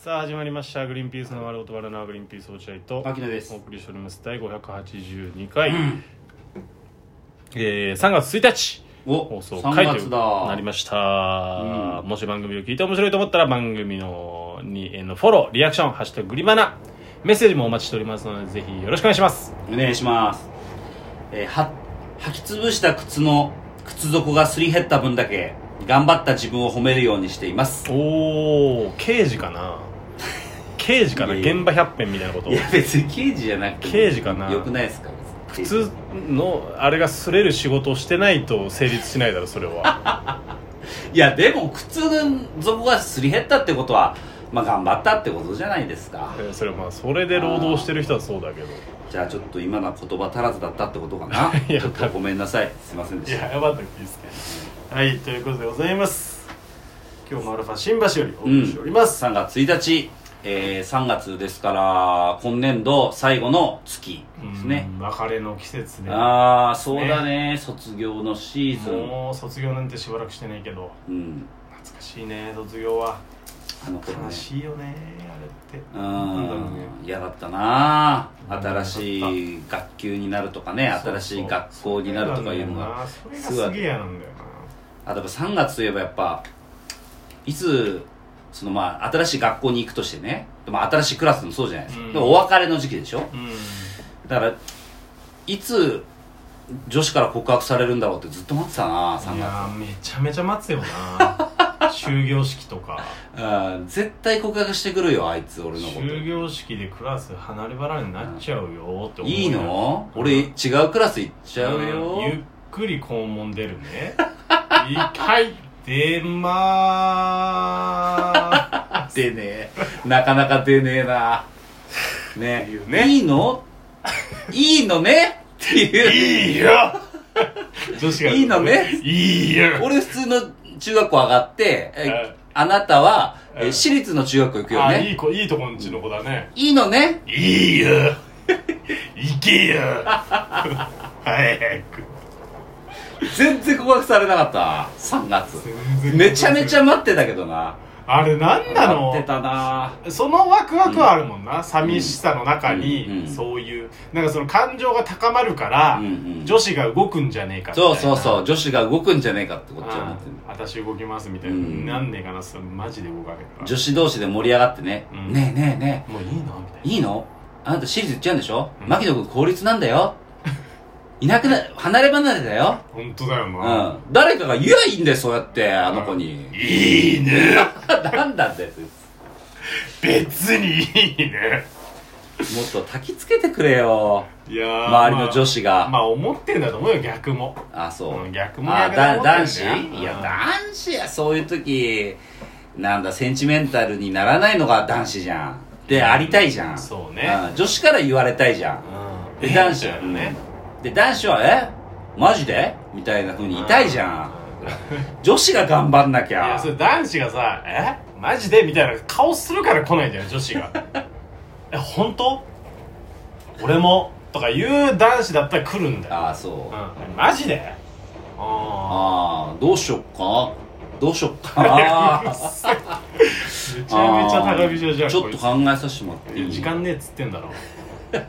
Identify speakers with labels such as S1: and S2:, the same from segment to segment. S1: さあ始まりました「グリーンピースの丸ごとバナナグリーンピース落合」と
S2: 牧野です
S1: お送りしております第582回、えー、3月1日
S2: お
S1: 放送
S2: 3
S1: 回という
S2: 月
S1: ことにな
S2: だ
S1: りました、もし番組を聞いて面白いと思ったら番組のにへのフォローリアクション「ハッシュタググリバナ」メッセージもお待ちしておりますのでぜひよろしくお願いします
S2: お願いします、えーは履き潰した靴の靴底がすり減った分だけ頑張った自分を褒めるようにしています
S1: おお刑事かな刑事かない
S2: やいや
S1: 現場百遍みたいなこと
S2: いや別に刑事じゃなくて
S1: 刑事かな
S2: よくないですか別
S1: 普
S2: に
S1: 通のあれが擦れる仕事をしてないと成立しないだろそれは
S2: いやでも靴底がすり減ったってことはまあ頑張ったってことじゃないですか
S1: えーそれはまあそれで労働してる人はそうだけど
S2: じゃあちょっと今のは言葉足らずだったってことかな
S1: いや
S2: ちょっとごめんなさいすいませんで
S1: い
S2: した
S1: や、やばったですけど。はい、ということでございます。今日もアルファ新橋よりお送りしております。
S2: 3月1日、えー、3月ですから今年度最後の月ですね
S1: うん別れの季節で。
S2: ああそうだね卒業のシーズン
S1: もう卒業なんてしばらくしてないけど、
S2: うん
S1: 懐かしいね、卒業は。
S2: あの頃
S1: 悲
S2: ね
S1: しいよね、あれって。
S2: う
S1: なんだろうね
S2: ん嫌だったな新しい学級になるとかね新しい学校になるとかいうのが
S1: そうなんだよなそれがすげえ嫌なんだよな。
S2: あとやっぱ3月といえばやっぱいつそのまあ新しい学校に行くとしてねでも新しいクラスもそうじゃないですか、
S1: うん
S2: でもお別れの時期でしょ、
S1: うん。
S2: だからいつ女子から告白されるんだろうってずっと待ってたな3
S1: いや
S2: 月
S1: ーめちゃめちゃ待つよ な。終業式とか。
S2: うん絶対告白してくるよあいつ俺のこ
S1: 終業式でクラス離れ離れになっちゃうよって
S2: と
S1: 思うよ
S2: いいの俺違うクラス行っちゃうよ
S1: ゆっくり肛門出るねいはい出ま
S2: 出ねえなかなか出ねえなね
S1: 言うね
S2: いいのいいのねって
S1: ー
S2: いう
S1: すいいよ女子が
S2: いいのね
S1: いいよ
S2: 俺普通の中学校上がってえ
S1: うん
S2: あなたはえ
S1: うん
S2: 私立の中学校行くよ
S1: あい
S2: ね
S1: い子いいとこんちの子だね
S2: いいのね
S1: いいよ 行けよ 早く
S2: 全然告白されなかった3月めちゃめち
S1: ゃ
S2: ゃ待ってたけどな
S1: あれなんなの
S2: 待ってたな
S1: そのワクワクはあるもんな、寂しさの中
S2: うんう
S1: に
S2: ん
S1: そういうなんかその感情が高まるから、
S2: うんうん
S1: 女子が動くんじゃねえかみたい
S2: そう
S1: な
S2: そうそう女子が動くんじゃねえかってこっちは思
S1: あ
S2: ってる
S1: あ私動きますみたいな、
S2: うん
S1: なんねえかなそれマジで動かねえから
S2: 女子同士で盛り上がってね、
S1: うん
S2: ねえねえね
S1: もういいのみたい
S2: えいいのあなた私立行っちゃうんでしょ、
S1: うん
S2: 牧野君公立なんだよいなくな離れ離れだよ、
S1: な本当だよ
S2: う
S1: な、
S2: ん、誰かが言えばいいんだよそうやってあの子に、
S1: いいね
S2: なんなんだよそい
S1: 別にいいね
S2: つもっと焚きつけてくれよ
S1: いやー
S2: 周りの女子
S1: まあ、
S2: が、
S1: まあ思ってんだと思うよ逆も
S2: あそう、
S1: うん逆も
S2: あ
S1: 逆
S2: だ男子
S1: だと思うんだよ
S2: いや
S1: うん
S2: 男子やそういう時なんだセンチメンタルにならないのが男子じゃんでありたいじゃん
S1: そうね
S2: ん女子から言われたいじゃん
S1: う
S2: で
S1: ん
S2: 男子
S1: いいんだよね
S2: で男子は「えマジで?」みたいな風に痛いじゃん女子が頑張んなき
S1: いや
S2: ゃ
S1: それ男子がさ「えマジで?」みたいな顔するから来ないんだよ女子が 「え本当俺も」とか言う男子だったら来るんだよ、
S2: ああそうあ
S1: うん、マジであ
S2: あどうしよっかどうしよっか
S1: あ
S2: な
S1: めちゃ めちゃ高飛車じゃん
S2: ちょっ
S1: こい
S2: と
S1: つ
S2: 考えさせてもらって
S1: い
S2: い
S1: や
S2: い
S1: 時間ねえっつってんだろ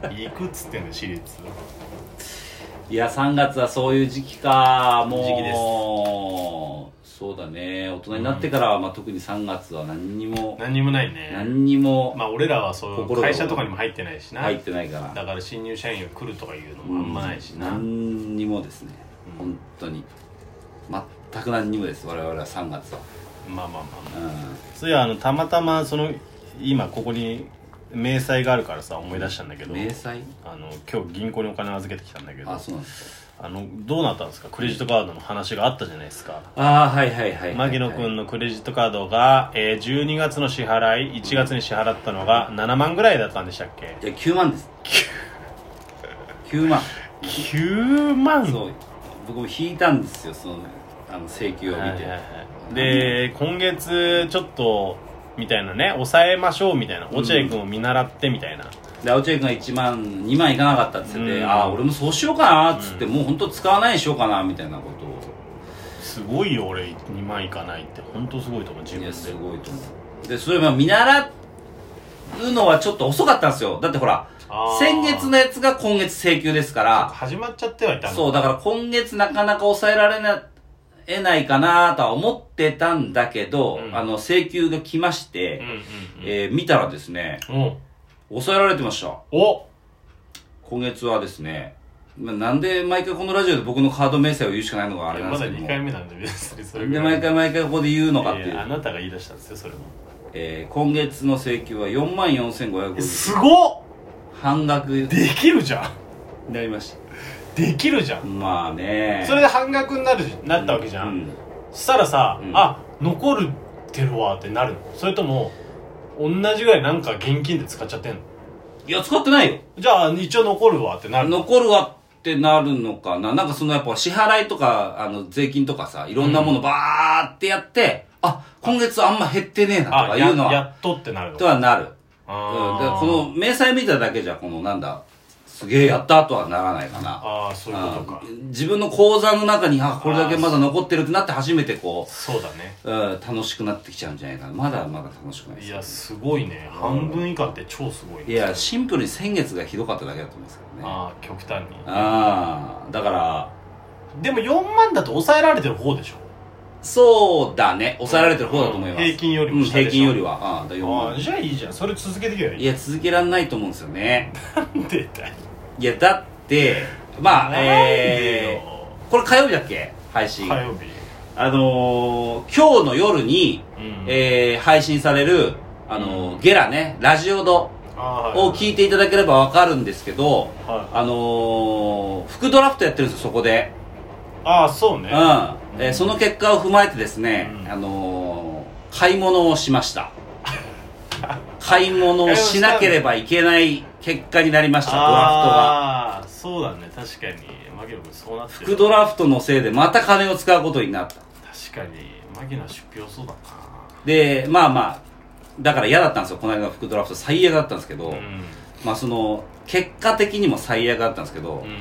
S1: 行くっつってんだよ私立
S2: いや3月はそういう時期かもう
S1: 時期です
S2: そうだね大人になってからは、まあ、特に3月は何にも
S1: 何にもないね
S2: 何にも
S1: まあ俺らはそういう
S2: 心が
S1: 会社とかにも入ってないしな
S2: 入ってないから
S1: だから新入社員が来るとかいうのもあんまないしな、
S2: 何にもですね
S1: うん
S2: 本当に全く何にもです我々は3月は
S1: まあまあまあまあ
S2: う
S1: そういやあのたまたまその今ここに明細があるからさ思い出したんだけど
S2: ん明細
S1: あの今日銀行にお金預けてきたんだけど
S2: あ
S1: あ
S2: そうなんです
S1: のどうなったんですかクレジットカードの話があったじゃないですか
S2: かああはいはいはい
S1: 牧野
S2: ん
S1: 君のクレジットカードが、えー12月の支払い1月に支払ったのが7万ぐらいだったんでしたっけ
S2: いや9 万です9万
S1: 9万
S2: そう僕も引いたんですよそのあの請求を見
S1: はいはい
S2: て
S1: はいで今月ちょっとみたいなね抑えましょうみたいな落合君を見習ってみたいな、
S2: で青千恵君が1万2万いかなかったっつってて、
S1: うん
S2: ああ俺もそうしようかなっつって、もう本当使わないでしようかなみたいなことを
S1: すごいよ俺2万いかないって本当すごいと思う自
S2: い
S1: 分
S2: や
S1: です
S2: ごいと思うでそれは見習っうのはちょっと遅かったんですよ。だってほら、
S1: あー
S2: 先月のやつが今月請求ですから、
S1: 始まっちゃってはいたの
S2: そう、だから今月なかなか抑えられな、えないかなとは思ってたんだけど、
S1: うん
S2: あの、請求が来まして、
S1: うんうんうん
S2: えー見たらですね、
S1: うん
S2: 抑えられてました。
S1: お
S2: 今月はですね、まあなんで毎回このラジオで僕のカード明細を言うしかないのがあれなん
S1: ま
S2: です
S1: だ
S2: けど
S1: 2
S2: も。
S1: 回目なんで別 にそ
S2: な
S1: れ
S2: ん
S1: ぐ
S2: で
S1: らい
S2: 毎回毎回ここで言うのかってい
S1: いやあ
S2: う。
S1: なたが言い出したんですよそれも
S2: えー今月の請求は44,550
S1: えすごっ
S2: 半額に
S1: できるじゃん
S2: なりまし
S1: できるじゃ
S2: た。
S1: ん
S2: まあね。
S1: それで半額になるじなったわけじゃ、
S2: うんん
S1: そしたらさ、
S2: うん
S1: あ残るってるわってなるのそれとも同じぐらいなんか現金で使っちゃってんの
S2: いや、使ってないよ。
S1: じゃあ一応残るわってなるの
S2: 残るわってなるのかな。なんかそのやっぱ支払いとか、あの、税金とかさ、いろんなものバーってやって、あ、今月あんま減ってねえなと
S1: あ
S2: か
S1: や
S2: いうの
S1: や
S2: は、
S1: っとってなるの
S2: とはなる。うん、だから
S1: あー
S2: この明細見ただけじゃこのなんだすげえやったとはならないかな
S1: ああそういうことか
S2: うん自分の口座の中にあこれだけまだ残ってるってなって初めてこ
S1: そうだね
S2: う、うん、楽しくなってきちゃうんじゃないかなまだまだ楽しくないで
S1: い
S2: す
S1: やすごいね半分以下って超すごいね
S2: いやシンプルに先月がひどかっただけだと思うんですけどねあ
S1: ああ極端に
S2: あーだから
S1: でも4万だと抑えられてる方でしょ
S2: そうだね抑えられてる方だと思いま
S1: う
S2: す、
S1: ん平均よりも
S2: うん
S1: 下でしょ
S2: 平均よりはああだ4
S1: ああ
S2: 万
S1: じゃあいいじゃんそれ続けていけばい
S2: い
S1: い
S2: や続けられないと思うんですよね
S1: なんでだよ
S2: いやだってまあえー、これ火曜日だっけ配信
S1: 火曜日
S2: あのー、今日の夜に、
S1: うん
S2: えー、配信される、あのーゲラね、ラジオド
S1: あー
S2: を聞いていただければわかるんですけど、
S1: はい
S2: あのー、副ドラフトやってるんですよ、そこで。
S1: ああそう
S2: う
S1: ね
S2: ん。えーその結果を踏まえてですね、
S1: うん
S2: あのー、買い物をしま した。買い物をしなければいけない結果になりました、ドラフトが。
S1: ああそうだね確かにマギロ君そうなって
S2: 副
S1: る
S2: ドラフトのせいでまた金を使うことになった。
S1: 確かにマギナ出費予想だ
S2: で、まあまあ、だから嫌だったんですよ、この間の副ドラフト最悪だったんですけど、
S1: なうん
S2: まあその、結果的にも最悪だったんですけど
S1: う、ん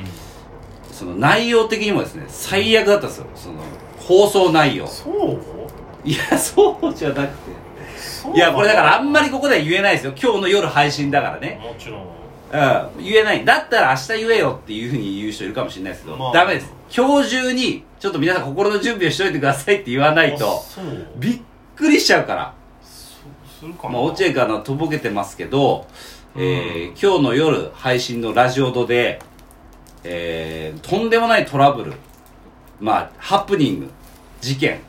S2: その内容的にもですね、最悪だったんですよ、その、放送内容。
S1: そう
S2: いや、そうじゃなく
S1: そう
S2: て。いや、これだからあんまりここでは言えないですよ。今日の夜配信だからね。
S1: もちろん
S2: うん。言えない。だったら明日言えよっていうふうに言う人いるかもしれないですけど、
S1: まあ
S2: ダメです。今日中に、ちょっと皆さん心の準備をしといてくださいって言わない
S1: あ
S2: と、
S1: そう
S2: びっくりしちゃうから。
S1: そうするかな
S2: まあ、落合からのとぼけてますけど、
S1: うん
S2: えー今日の夜配信のラジオドで、えーとんでもないトラブル、まあ、ハプニング、事件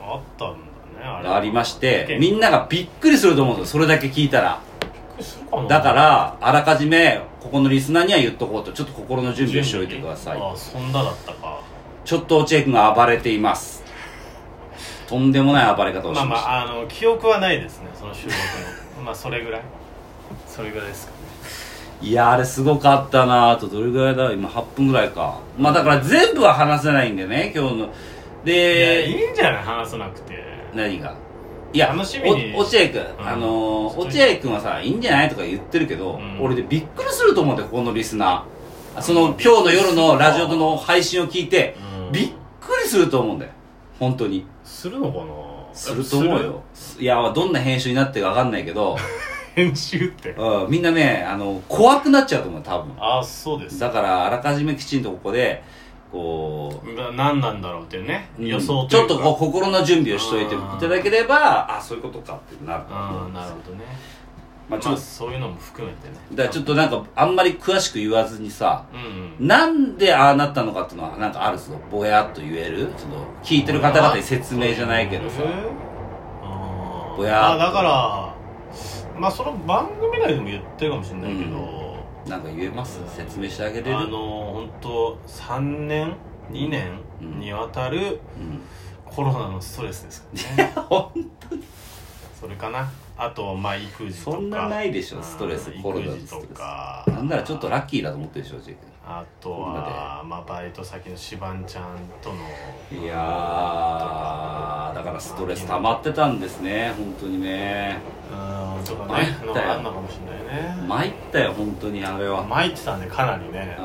S1: あったんだねあれ
S2: がありまして、
S1: び
S2: みんながびっくりすると思うんですよ、それだけ聞いたら。
S1: っくりするかな
S2: だから、あらかじめ、ここのリスナーには言っとこうと、ちょっと心の準備をしておいてください。
S1: ああそんなだったか
S2: ちょっと落合君が暴れています。とんでもない暴れ方を
S1: まあ
S2: し
S1: ま
S2: ました。
S1: ああの記憶はないですねその収録の まあそれぐらいそれぐらいですかね
S2: いやあれすごかったなあとどれぐらいだ今8分ぐらいかまあだから全部は話せないんでね今日の
S1: い
S2: で
S1: やいいんじゃない話さなくて
S2: 何がいや
S1: 楽しみに
S2: お落合君、
S1: ん
S2: あのー
S1: そう
S2: 落合君はさいいんじゃないとか言ってるけど、
S1: うん
S2: 俺でびっくりすると思うんだよここのリスナーあその今日の夜のラジオの配信を聞いて、
S1: うん
S2: びっくりすると思うんだよ本当に
S1: するのかな
S2: すると思うよいやどんな編集になってるか分かんないけど、
S1: 編集って
S2: うん、みんなねあの怖くなっちゃうと思う多分
S1: ああそうです
S2: だからあらかじめきちんとここでこ
S1: な何なんだろうっていうね
S2: う、
S1: 予想
S2: ち
S1: い
S2: ょ
S1: う
S2: っ
S1: か
S2: とこう心の準備をしておいてい
S1: あー
S2: ただければあそういうことかってなる
S1: ああなるほどね
S2: ま
S1: まあ
S2: あちょっと
S1: そういうのも含めてね
S2: だからちょっとなんかあんまり詳しく言わずにさ
S1: うんうん
S2: なんでああなったのかっていうのはなんかあるぞぼやっと言えるちょっと聞いてる方々に説明じゃないけどさ
S1: えーあー
S2: ぼやっ
S1: あだからまあその番組内でも言ってるかもしれないけど、
S2: なんか言えます説明してあげれる
S1: あの本当3年2年にわたる
S2: うん
S1: コロナのストレスですかね
S2: ほ
S1: それかなあとまあ育児とか
S2: そんなないでしょ
S1: うん
S2: ストレスコロナの
S1: 育児
S2: ストレ
S1: と
S2: ス
S1: か
S2: なんならちょっとラッキーだと思ってるでしょジェイ君
S1: あとはまあバイト先のシバンちゃんとの
S2: いやーだからストレス溜まってたんですね本当にね
S1: うんとか
S2: 参っ
S1: ね
S2: たよ
S1: のがあんのかもしれないね
S2: 参ったよ本当にあれは
S1: 参ってたんでかなりね
S2: あ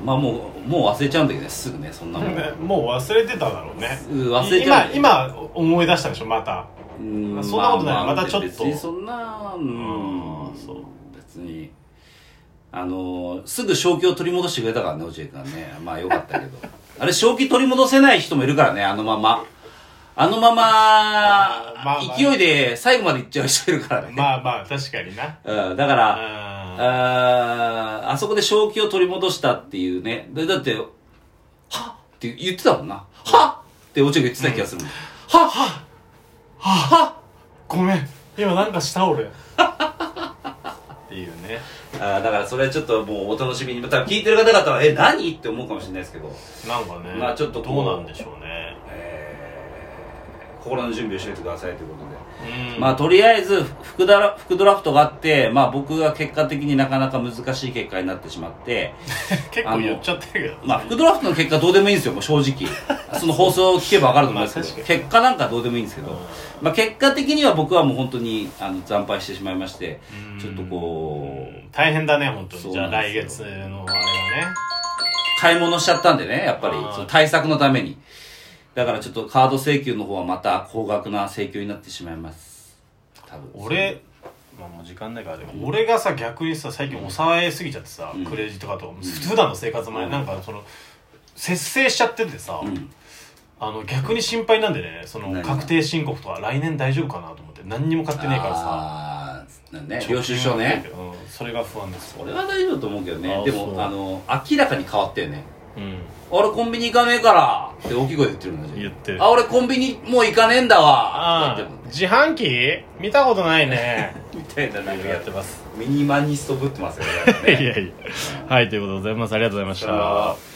S2: ーまあもうもう忘れちゃうんだけどねすぐ ねそんなもん、
S1: ねもう忘れてただろうね
S2: すぐ忘れちゃう
S1: 今今思い出したでしょまた
S2: うん
S1: まあそんなことない
S2: あ
S1: またちょっと
S2: 別にそんなうん
S1: うんそう
S2: 別にあのすぐ正気を取り戻してくれたからね落合君はねまあよかった けどあれ正気取り戻せない人もいるからねあのままあのまま、
S1: まあまあ
S2: 勢いで最後まで行っちゃう人いるからね、
S1: まあまあ確かにな
S2: うん、だから、
S1: あ
S2: あーあそこで正気を取り戻したっていうね。でだって、はっって言ってたもんな。はっっておちょが言ってた気がするもん。はっはっはっ
S1: ごめん今なんかした俺っていうね
S2: あーだからそれはちょっともうお楽しみに。多分聞いてる方々は、え、何って思うかもしれないですけど、
S1: なんかね
S2: まあちょっとこ
S1: ど
S2: う
S1: うなんでしょうね
S2: えー心の準備をしておいてくださいということで。
S1: うん
S2: まあとりあえず副ドラ、副ドラフトがあって、まあ僕が結果的になかなか難しい結果になってしま って、
S1: 結構言っちゃってるけど
S2: まあ、副ドラフトの結果どうでもいいんですよ、もう正直。その放送を聞けば分かると思うんですけ
S1: まあ
S2: ど、
S1: 確かに
S2: 結果なんかどうでもいいんですけど、まあ、結果的には僕はもう本当にあの惨敗してしまいまして、ちょっとこう、
S1: うん大変だね本当
S2: そ
S1: に
S2: う
S1: じゃ
S2: な
S1: あ
S2: ん
S1: 来
S2: です
S1: 月
S2: よ
S1: のあれはね
S2: 買い物しちゃったんでね、やっぱり
S1: あー、
S2: その対策のために。だからちょっとカード請求の方はまた高額な請求になってしまいます。多分
S1: 俺まあもう時間ないからあれだけど俺がさ逆にさ最近抑えすぎちゃってさ、
S2: うん
S1: クレジットカード普段の生活前、
S2: うん
S1: なんかその節制しちゃっててさ、
S2: うん
S1: あの逆に心配なんでねその
S2: 何が
S1: 確定申告とか来年大丈夫かなと思って何にも買ってねえからさ
S2: あーなんね
S1: 貯金
S2: 領収書ね。
S1: うんそれが不安です
S2: 俺は大丈夫だと思うけど
S1: あ
S2: ね。
S1: ー
S2: で
S1: そう
S2: も、あの、明らかに変わったよね。
S1: うん
S2: 俺コンビニ行かねえからって大きい声で言ってるんだ
S1: 言ってる
S2: あ、俺コンビニもう行かねえんだわって言ってる
S1: 自販機見たことない ね
S2: みたいななんか
S1: や ってます
S2: ミニマニストぶってますよ、ね、
S1: いやいやはいということでございますありがとうございまし
S2: さよな
S1: た
S2: ら